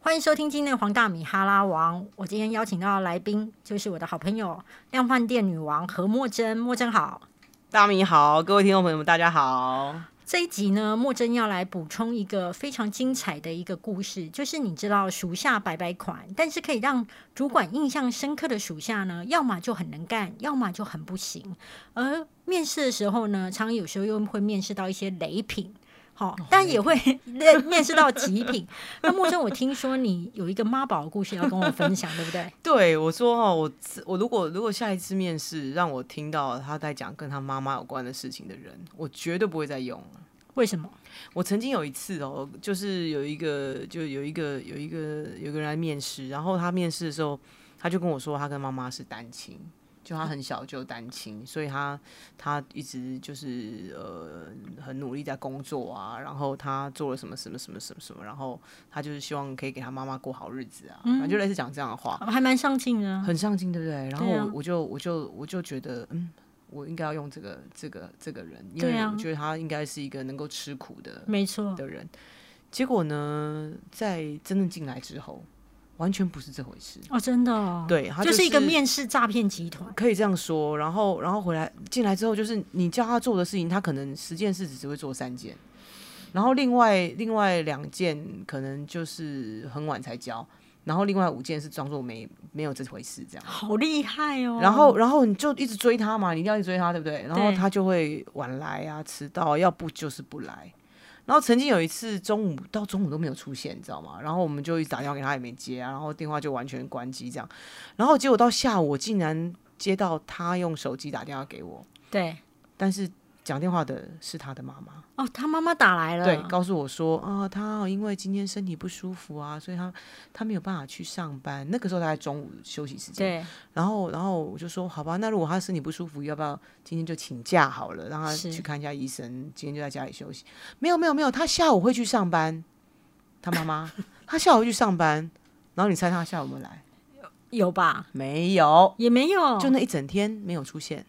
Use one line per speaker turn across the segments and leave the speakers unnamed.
欢迎收听今天的黄大米哈拉王。我今天邀请到的来宾就是我的好朋友量贩店女王何墨珍，墨珍好。
大米好，各位听众朋友们，大家好。
这一集呢，墨珍要来补充一个非常精彩的一个故事，就是你知道属下百百款，但是可以让主管印象深刻的属下呢，要么就很能干，要么就很不行。而面试的时候呢，常常有时候又会面试到一些雷品。好，但也会 面面试到极品。那莫珍，我听说你有一个妈宝的故事要跟我分享，对不对？
对我说哦，我自我如果如果下一次面试让我听到他在讲跟他妈妈有关的事情的人，我绝对不会再用了。
为什么？
我曾经有一次哦，就是有一个就有一个有一个有一个人来面试，然后他面试的时候，他就跟我说他跟妈妈是单亲，就他很小就单亲，所以他他一直就是呃很努力在工作啊，然后他做了什么什么什么什么什么，然后他就是希望可以给他妈妈过好日子啊，反正就类似讲这样的话。
还蛮上进的啊。
很上进，对不对？然
嗯
后
对啊
我我就我就我就觉得，嗯，我应该要用这个这个这个人，因
对
为
啊
我觉得他应该是一个能够吃苦的
没错，
的人。结果呢，在真正进来之后，完全不是这回事。
哦，真的、哦，，
对，他
就是是一个面试诈骗集团。
可以这样说。然后，然后回来进来之后，就是你叫他做的事情，他可能十件事只只会做三件，然后另外另外两件可能就是很晚才交，然后另外五件是装作没没有这回事这样。
好厉害哦！
然后，然后你就一直追他嘛，你一定要一直追他，对不对？然后
对
他就会晚来啊，迟到，要不就是不来。然后曾经有一次中午到中午都没有出现，你知道吗？然后我们就一直打电话给他也没接啊，然后电话就完全关机这样。然后结果到下午，我竟然接到他用手机打电话给我，
对，
但是讲电话的是他的妈妈。
哦，他妈妈打来了，
对，告诉我说啊，他因为今天身体不舒服啊，所以他他没有办法去上班。那个时候大概中午休息时间，
对，
然后然后我就说好吧，那如果他身体不舒服，要不要今天就请假好了，让他
是
去看一下医生，今天就在家里休息。没有没有没有，他下午会去上班，他妈妈他下午会去上班，然后你猜他下午有没有来？
有吧？
没有，
也没有，
就那一整天没有出现。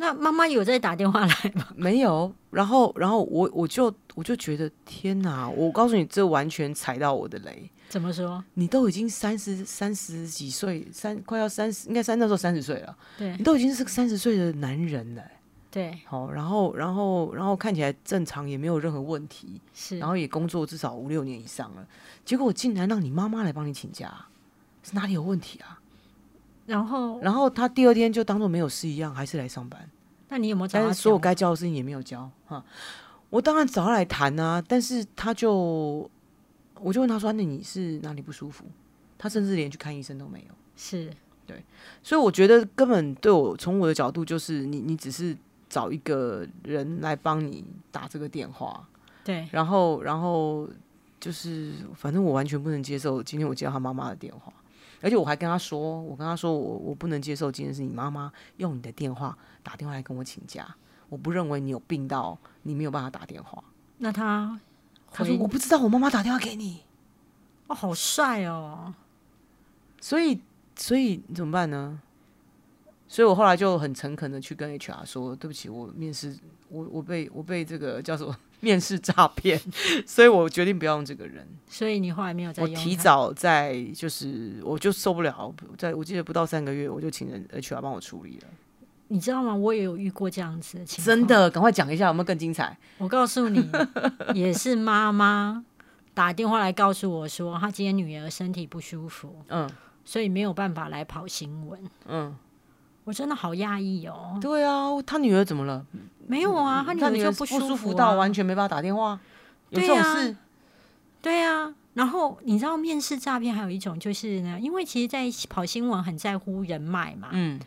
那妈妈有在打电话来 吗？
没有，然后，然后我我就我就觉得天哪！我告诉你，这完全踩到我的雷。
怎么说？
你都已经三十三十几岁，三快要三十，应该三那时候三十岁了，
对
你都已经是个三十岁的男人了、
对
好，然后，然后，然后看起来正常，也没有任何问题，
是
然，后也工作至少五六年以上了，结果竟然让你妈妈来帮你请假，啊是哪里有问题啊？
然后
然后他第二天就当做没有事一样，还是来上班，
那你有没有找
但
他
是所有
讲？
该交的事情也没有交哈。我当然找他来谈啊，但是他就，我就问他说：“啊那你是哪里不舒服？”他甚至连去看医生都没有。
是
所以我觉得根本对我从我的角度就是你，你只是找一个人来帮你打这个电话，
对，
然后然后就是反正我完全不能接受今天我接到他妈妈的电话，而且我还跟他说，我跟他说我我不能接受今天是你妈妈用你的电话打电话来跟我请假，我不认为你有病到你没有办法打电话。
那他
他说
回
我不知道我妈妈打电话给你，
哦，好帅哦，
所以所以你怎么办呢？所以我后来就很诚恳的去跟 HR 说，对不起，我面试我我被我被这个叫什么 面试诈骗，所以我决定不要用这个人。
所以你后来没有再
我
用
提
他
早在就是我就受不了，在我记得不到三个月，我就请人 HR 帮我处理了。
你知道吗？我也有遇过这样子的情况，
真的，赶快讲一下有没有更精彩？
我告诉你，也是妈妈打电话来告诉我说，她今天女儿身体不舒服，
嗯
所以没有办法来跑新闻。
嗯，
我真的好讶异哦，
对啊，他女儿怎么了？
没有啊，她女
他女
就
嗯儿不
舒
舒
服
服
啊
到完全没办法打电话，有这种
对啊
事？
对啊。然后你知道面试诈骗还有一种就是呢，因为其实，在跑新闻很在乎人脉嘛。
嗯，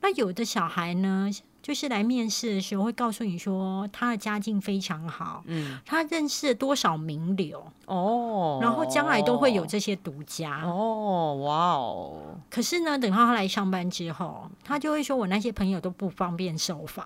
那有的小孩呢，就是来面试的时候会告诉你说他的家境非常好，
嗯，
他认识了多少名流，
哦，
然后将来都会有啊这些独家。
哦，哇哦，
可是呢，等到他来上班之后，他就会说：“我那些朋友都不方便受访。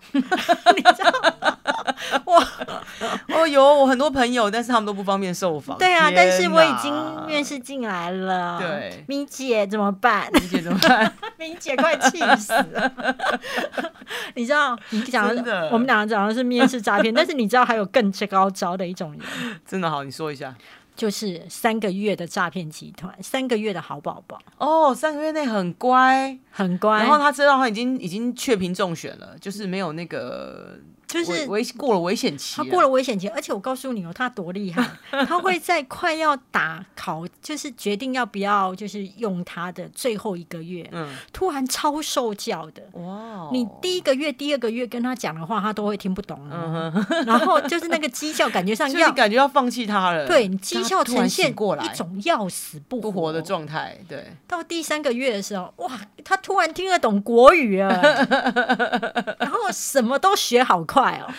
哦，有我很多朋友，但是他们都不方便受”访。
对啊，
天
但是我已
哪
经面试进来了。
对
米姐怎么办？
理解怎么办？
米姐快气死了！ 你知道，你讲
真
的
的
我 们两个讲的是面试诈骗，但是你知道还有更高招的一种人，
真的好，你说一下。
就是三个月的诈骗集团，三个月的好宝宝，
哦，三个月内很乖，
很乖。
然后他知道他已经已经确评中选了，就是没有那个
就是
危危过了危险期，
他过了，危险期，而且我告诉你哦，他多厉 害，他会在快要打考，就是决定要不要就是用他的最后一个月，
嗯，
突然超受教的。
哇，哦
你第一个月、第二个月跟他讲的话，他都会听不懂哦， 然后就是那个绩效感觉上
嗯 就
要
是感觉要放弃他了，
对你绩效
他突然
呈现
醒过来
一种要死不
不活的状态，对，
到第三个月的时候，哇，他突然听得懂国语 了，然后什么都学好快哦。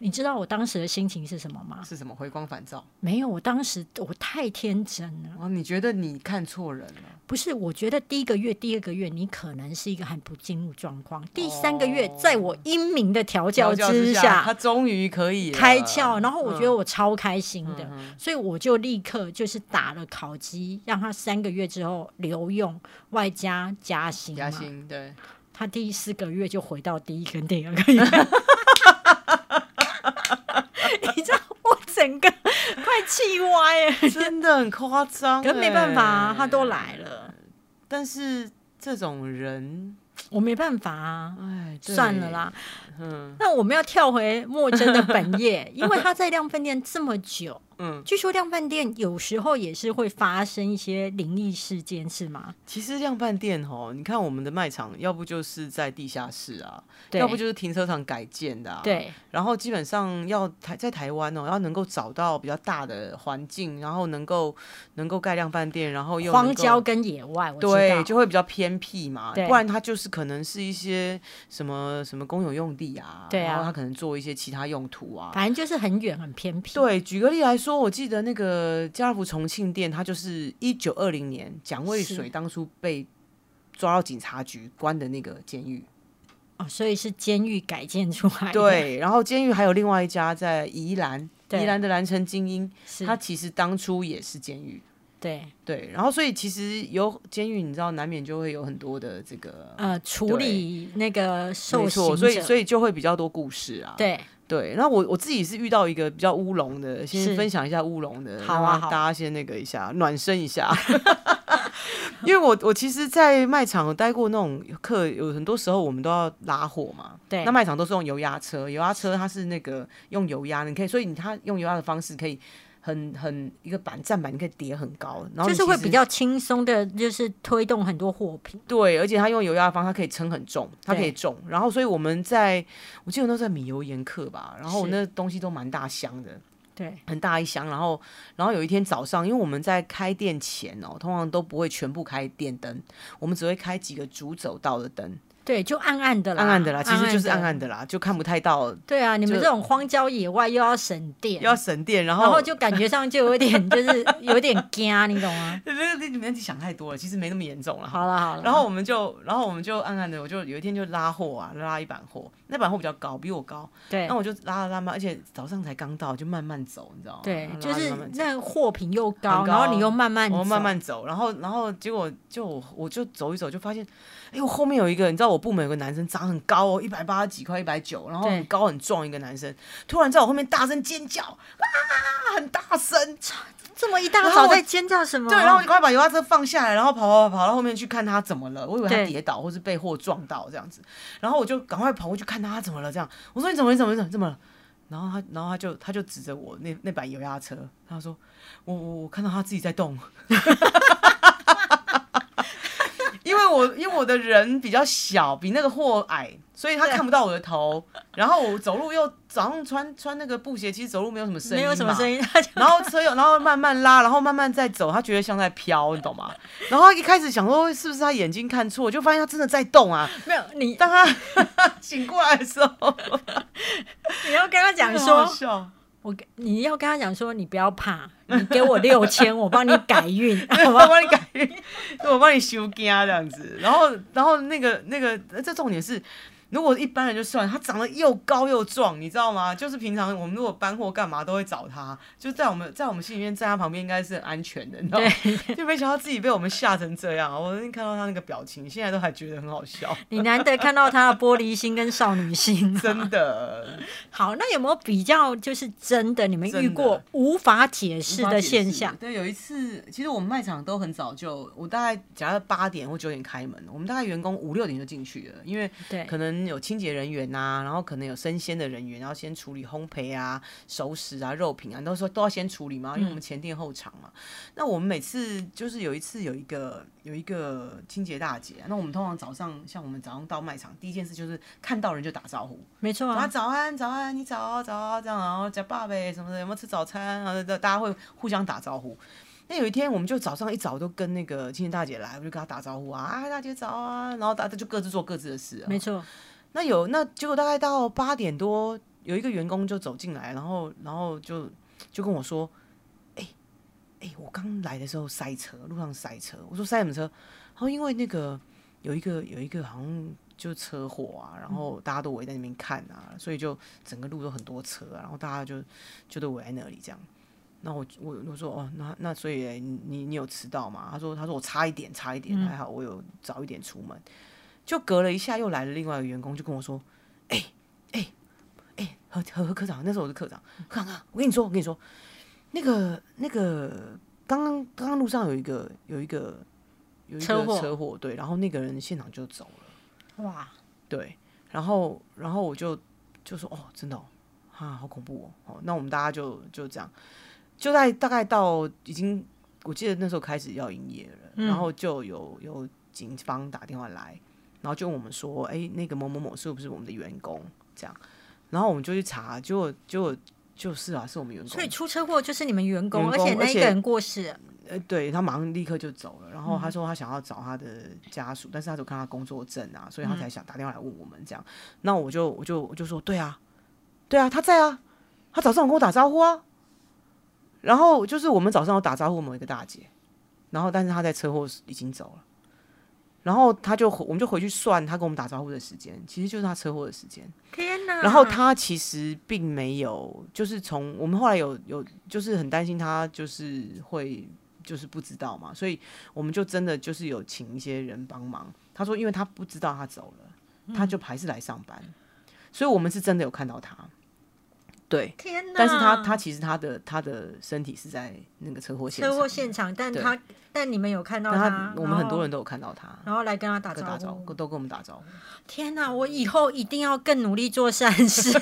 你知道我当时的心情是什么吗？
是什么回光返照？
没有，我当时我太天真了。
哦，你觉得你看错人了？
不是，我觉得第一个月、第二个月你可能是一个还不进入状况，第三个月在我英明的调教
哦调
之
下，
下
他终于可以了
开窍，然后我觉得
嗯
我超开心的，
嗯哼
所以我就立刻就是打了考级，让他三个月之后留用，外加加薪嘛。
加 薪，对，
他第四个月就回到第一跟第二个月。 你知道我整个快气歪了，
真的很夸张、
可是没办法、啊，
欸
他都。来了，
但是这种人，
我没办法啊，
哎，对
算了，啦。
嗯
那我们要跳回莫真的本 业，因为他在量饭店这么久，
嗯，
据说量饭店有时候也是会发生一些灵异事件，是吗？
其实量贩店吼，你看我们的卖场，要不就是在地下室啊，
对，
要不就是停车场改建的、啊，。
对
然后基本上要台在台湾哦，要能够找到比较大的环境，然后能够能够盖量饭店，然后又
荒
能够
郊跟野外，我知道
对，就会比较偏僻嘛，
对
不然它就是可能是一些什么什么公有用地啊，
对啊
然后它可能做一些其他用途啊。
反正就是很远很偏僻。
对，举个例来说，我记得那个家乐福重庆店，它就是一九二零年蒋渭
是
水当初被抓到警察局关的那个监狱。
哦，所以是监狱改建出来的，
对，然后监狱还有另外一家在宜兰，
对
宜兰的蓝城精英，
是
它其实当初也是监狱。
对
对，然后所以其实有监狱，你知道难免就会有很多的这个
呃处理那个受
没
刑者，
错，所以所以就会比较多故事啊。
对
对，那我我自己是遇到一个比较乌龙的，
是
先分享一下乌龙的，
好啊
让
好啊
大家先那个一下暖身一下。 因为我我其实，在卖场有待过那种客，有很多时候我们都要拉货嘛。
对
那卖场都是用油压车，油压车它是那个用油压，你可以，所以你它用油压的方式可以很很一个板站板，你可以叠很高，然后
就
你
是会
其实
比较轻松的，就是推动很多货品，
对，而且它用油压的方，它可以称很重，它可
对
以重。然后，所以我们在，我记得那时候在米油盐课吧，然后
是
那东西都蛮大箱的，
对
很大一箱。然后，然后有一天早上，因为我们在开店前哦，通常都不会全部开电灯，我们只会开几个主走道的灯，
对，就暗暗的啦，
暗暗的啦，其实就是暗暗
的。
的啦，就看不太到，
对啊，你们
就
这种荒郊野外又要省电，
要省电。然后，
然后就感觉上就有点 就是有点干，你懂吗？
你你们想太多了，其实没那么严重了。
好了好了，
然后我们就，然后我们就暗暗的，我就有一天就拉货啊，拉一板货，那板货比较高，比我高。
对
那我就拉了拉嘛，而且早上才刚到，就慢慢走，你知道吗？
对
然，后
就
拉着
是
慢慢走
那个货品又高，
很
然后
高
你又慢慢
我慢
走
慢走，然后然后结果就我我就走一走，就发现，哎呦，后面有一个，你知道我部门有个男生长很高哦，一百八几块，一百九，然后
对
很高很壮一个男生，突然在我后面大声尖叫啊，很大声，
这么一大
然
早
后我
在尖叫什么？
对，然后我就赶快把油压车放下来，然后跑跑跑跑到后面去看他怎么了，我以为他
对
跌倒或是被货撞到这样子，然后我就赶快跑过去看他他怎么了，这样我说你怎么了你怎么了你怎么了你怎么了？然后他然后他就他就指着我那那板油压车，他说我我我看到他自己在动。 因为我因为我的人比较小，比那个货矮，所以他看不到我的头。然后我走路又早上穿穿那个布鞋，其实走路没有什么声音
没
嘛，
有什么声音，他就
然后车又，然后慢慢拉，然后慢慢再走，他觉得像在飘，你懂吗？ 然后一开始想说是不是他眼睛看错，就发现他真的在动啊。
没有你，
当他 醒过来的时候，
你要跟他讲
很 好
哎说，
笑
我跟你要跟他讲说，你不要怕，你给我六千，我帮你改运，好
我
吧？
帮你改，我帮你修家这样子。然后，然后那个那个，呃这重点是如果一般人就算了，他长得又高又壮，你知道吗？就是平常我们如果搬货干嘛都会找他，就在我们在我们心里面站他旁边应该是很安全的，你知道吗？就没想到自己被我们吓成这样，我看到他那个表情，现在都还觉得很好笑，
你难得看到他的玻璃心跟少女心、啊。
真的。
好，那有没有比较就是真的你们遇
真的
过无法解释
无法
的
解释
现象？
对，有一次，其实我们卖场都很早就，我大概假如八点或九点开门，我们大概员工五六点就进去了，因为
对
可能有清洁人员呐、然后可能有生鲜的人员，然后先处理烘焙啊、熟食啊、肉品啊，都说都要先处理嘛，
嗯
因为我们前店后厂嘛。那我们每次就是有一次有一个有一个清洁大姐啊，那我们通常早上像我们早上到卖场，第一件事就是看到人就打招呼，
没错
啊，
啊，
早安，早安，你早啊，早啊，这样，然后吃爸呗什么的，有没有吃早餐？然后大家会互相打招呼。那有一天，我们就早上一早都跟那个青年大姐来，我就跟她打招呼啊，啊，大姐早啊，然后大家就各自做各自的事啊。
没错，
那有那结果大概到八点多，有一个员工就走进来，然后然后就就跟我说，哎、哎、我刚来的时候塞车，路上塞车。我说塞什么车？然后因为那个有一个有一个好像就车祸啊，然后大家都围在那边看啊，所以就整个路都很多车啊、然后大家就就都围在那里这样。那我我我说哦，那那所以欸你你你有迟到吗？他说他说我差一点差一点，
嗯
还好我有早一点出门。就隔了一下，又来了另外一个员工，就跟我说：“哎、哎、哎、何何何科长，那时候我是科长，
嗯
科长啊，我跟你说，我跟你说，那个那个刚刚刚刚路上有一个有一个有一个
车祸
车祸，对，然后那个人现场就走了，
哇，
对，然后然后我就就说哦，真的哦，啊，好恐怖哦，哦，那我们大家就就这样，就在大概到已经，我记得那时候开始要营业了，然
嗯
后就有有警方打电话来，然后就问我们说，哎、那个某某某是不是我们的员工？这样，然后我们就去查，结果结果就是啊，是我们员工，
所以出车祸就是你们员工，
员
而
工
且那
而
一
且
个人过世了，
呃，对他马上立刻就走了。然后他说他想要找他的家属，但是他只有看他工作证啊，所以他才想打电话来问我们这样。那我就我就我就说，对啊，对啊，他在啊，他早上有跟我打招呼啊。然后就是我们早上有打招呼某一个大姐，然后但是他在车祸已经走了。然后他就回我们就回去算他跟我们打招呼的时间，其实就是他车祸的时间。
天哪！
然后他其实并没有，就是从我们后来有有，就是很担心他就是会就是不知道嘛，所以我们就真的就是有请一些人帮忙。他说，因为他不知道他走了，他
嗯
就还是来上班，所以我们是真的有看到他。对，
天哪！
但是他他其实他的他的身体是在那个车祸现场，
车祸现场，但
对
他但你们有看到
那
他
他我们很多
人
人都有看到他，
然后来跟他打
跟
招
打
呼。
招呼都跟我们打招呼。
天哪！我以后一定要更努力做善 事，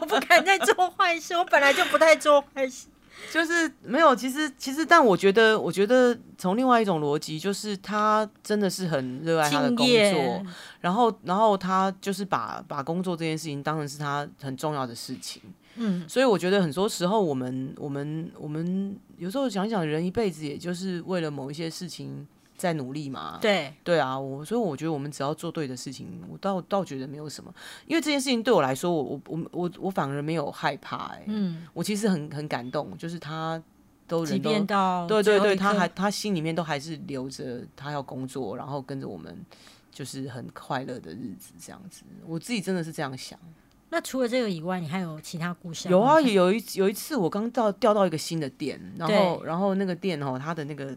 我不敢再做坏事。我本来就不太做坏事。
就是没有，其实其实，但我觉得，我觉得从另外一种逻辑，就是他真的是很热爱他的工
敬业
作，然后然后他就是把把工作这件事情当成是他很重要的事情，
嗯，
所以我觉得很多时候我们我们我们有时候想一想，人一辈子也就是为了某一些事情在努力嘛，
对，
对啊，我所以我觉得我们只要做对的事情，我倒倒觉得没有什么，因为这件事情对我来说，我我我我我反而没有害怕、欸，
嗯，
我其实很很感动，就是他都
即
人都
便到
对对
最后
对，
一
他
刻
还他心里面都还是留着他要工作，然后跟着我们就是很快乐的日子这样子。我自己真的是这样想。
那除了这个以外，你还有其他故事？
有啊，，有一有一次我刚到调到一个新的店，然后
对
然后那个店哦，它的那个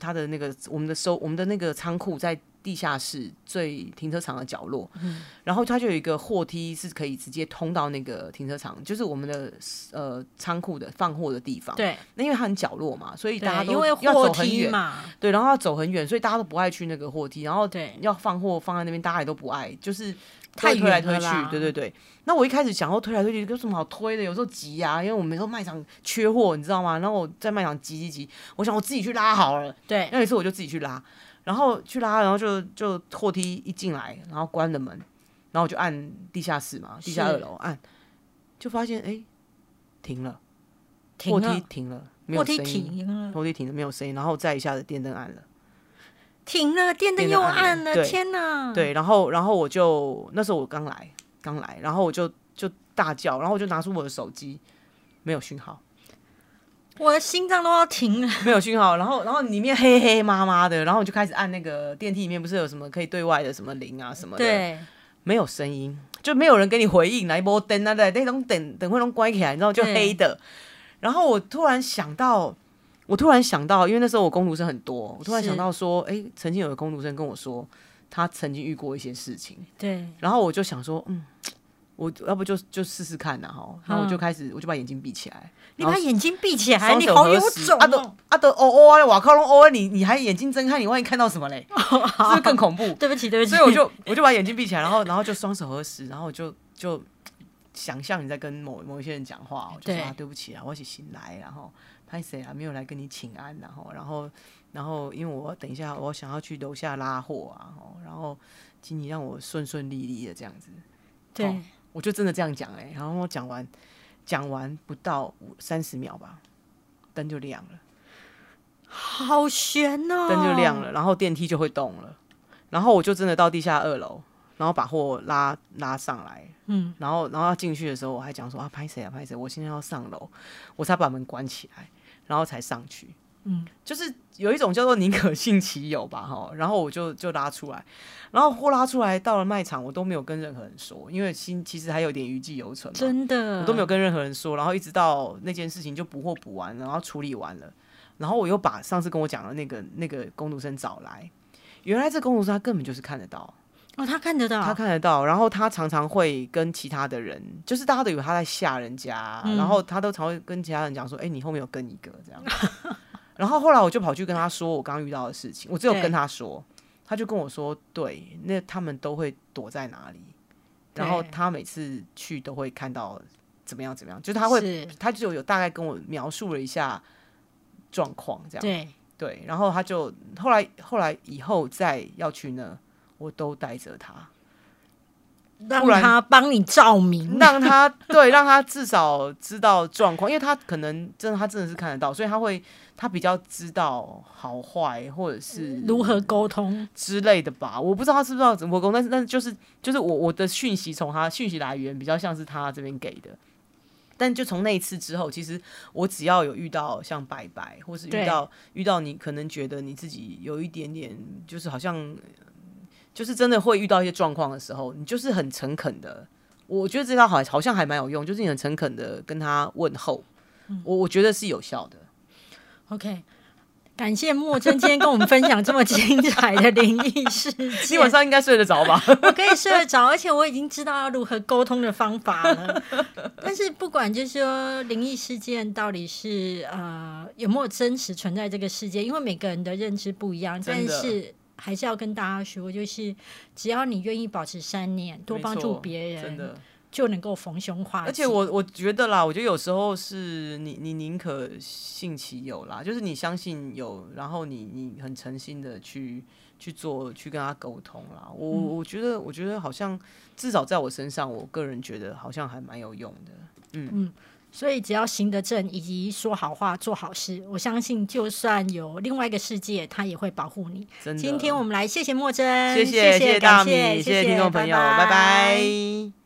它的那个我们的收我们的那个仓库在地下室最停车场的角落，
嗯
然后它就有一个货梯是可以直接通到那个停车场，就是我们的呃仓库的放货的地方。
对，
那因为它很角落嘛，所以大家
对，
都
啊因为
要
货
走很
梯
远，
嘛，
对，然后要走很远，所以大家都不爱去那个货梯，然后
对，
要放货放在那边，大家也都不爱，就是
太
推来
远了
推去
啦，
对对对。那我一开始想要推来推去，有什么好推的？有时候急啊，因为我们说卖场缺货，你知道吗？然后我在卖场急急急，我想我自己去拉好了。
对，
那有一次我就自己去拉，然后去拉，然后就就货梯一进来，然后关了门，然后我就按地下室嘛，地下
是
二楼按，就发现哎、停了，
停
货梯
了，
停了，没
货
有
梯
声音，
停了，
货梯停了没有声音，然后再一下子电灯按了。
停了，电灯
电灯
又
暗
暗
了
了，
对
天哪！，
对，然后然后我就那时候我刚来刚来，然后我就就大叫，然后我就拿出我的手机，没有 讯号，
我的心脏都要停了，
没有讯号，然后然后里面黑黑麻麻的，然后我就开始按那个电梯里面不是有什么可以对外的什么铃啊什么的，
对，
没有声音，就没有人给你回应，来波灯啊，对，那种等等会弄关起来，你知道就
对
黑的。然后我突然想到，我突然想到，因为那时候我工读生很多，我突然
是
想到说，哎、曾经有个工读生跟我说，他曾经遇过一些事情，
对，
然后我就想说，嗯。我要不就就试试看呐、哈，然后我就开始，我就把眼睛闭起来，
你
然后
把眼睛闭起来，
双
嗯哎你
手
好
合
有
十
种
啊都
哦！
啊都哦哦啊，哇靠拢哦啊，你你还眼睛睁开，你万一看到什 么嘞？是不是更恐怖？
对不起，对不起，
所以我就我就把眼睛闭起来，然后然后就双手合十，然后我就就想象你在跟某某一些人讲话，我就说
对
啊对不起啊，我是新来，然后拍谁啊没有来跟你请安，然后然后然后因为我等一下我想要去楼下拉货啊，吼然后请你让我顺顺利利的这样子，
对
哦我就真的这样讲哎、然后我讲完讲完不到三十秒吧，灯就亮了。
好悬哦，
灯就亮，了，然后电梯就会动了，然后我就真的到地下二楼，然后把货拉拉上来，
嗯，
然后然后要进去的时候，我还讲说啊，拍谁啊，拍谁，我现在要上楼，我才把门关起来，然后才上去，
嗯，
就是有一种叫做宁可信其有吧，哈，然后我就就拉出来，然后货拉出来到了卖场，我都没有跟任何人说，因为心其实还有点余悸犹存嘛，
真的，
我都没有跟任何人说，然后一直到那件事情就补货补完，然后处理完了，然后我又把上次跟我讲的那个那个工读生找来，原来这工读生他根本就是看得到，
哦，他看得到，
他看得到，然后他常常会跟其他的人，就是大家都以为他在吓人家，
嗯
然后他都常会跟其他人讲说，哎、你后面有跟一个这样，然后后来我就跑去跟他说我刚刚遇到的事情，我只有
对
跟他说，他就跟我说，对，那他们都会躲在哪里，然后
对
他每次去都会看到怎么样怎么样，就是他会
是
他就有大概跟我描述了一下状况，这样
对，
对然后他就后来后来以后再要去呢，我都带着他，
让
不然
他帮你照明，
让他对让他至少知道状况，因为他可能真的他真的是看得到，所以他会他比较知道好坏或者是
如何沟通，
之类的吧，我不知道他是不是要怎么沟通，但是但是就是就是我我的讯息从他讯息来源比较像是他这边给的，但就从那一次之后，其实我只要有遇到像白白，或是
对
遇到遇到你可能觉得你自己有一点点就是好像呃就是真的会遇到一些状况的时候，你就是很诚恳的，我觉得这招好好像还蛮有用，就是你很诚恳的跟他问候，
嗯
我我觉得是有效的。
OK。感谢莫真今天跟我们分享这么精彩的灵异事
今
件
晚，上应该睡得着吧？
我可以睡得着，而且我已经知道要如何沟通的方法了。但是不管就是说灵异事件到底是呃有没有真实存在这个世界，因为每个人的认知不一样，但
真的
是。还是要跟大家说，就是只要你愿意保持善念，多帮助
没错
别
真的
人，。就能够逢凶化吉。
而且我我觉得啦，我觉得有时候是你你宁可信其有啦，就是你相信有，然后你你很诚心的去去做，去跟他沟通啦。我、
嗯
我觉得我觉得好像至少在我身上，我个人觉得好像还蛮有用的。
所以只要行得正，以及说好话、做好事，我相信就算有另外一个世界，它也会保护你。
真的，
今天我们来谢谢莫真，
谢谢
谢
大
感
米，谢
谢
听众朋友，拜
拜
拜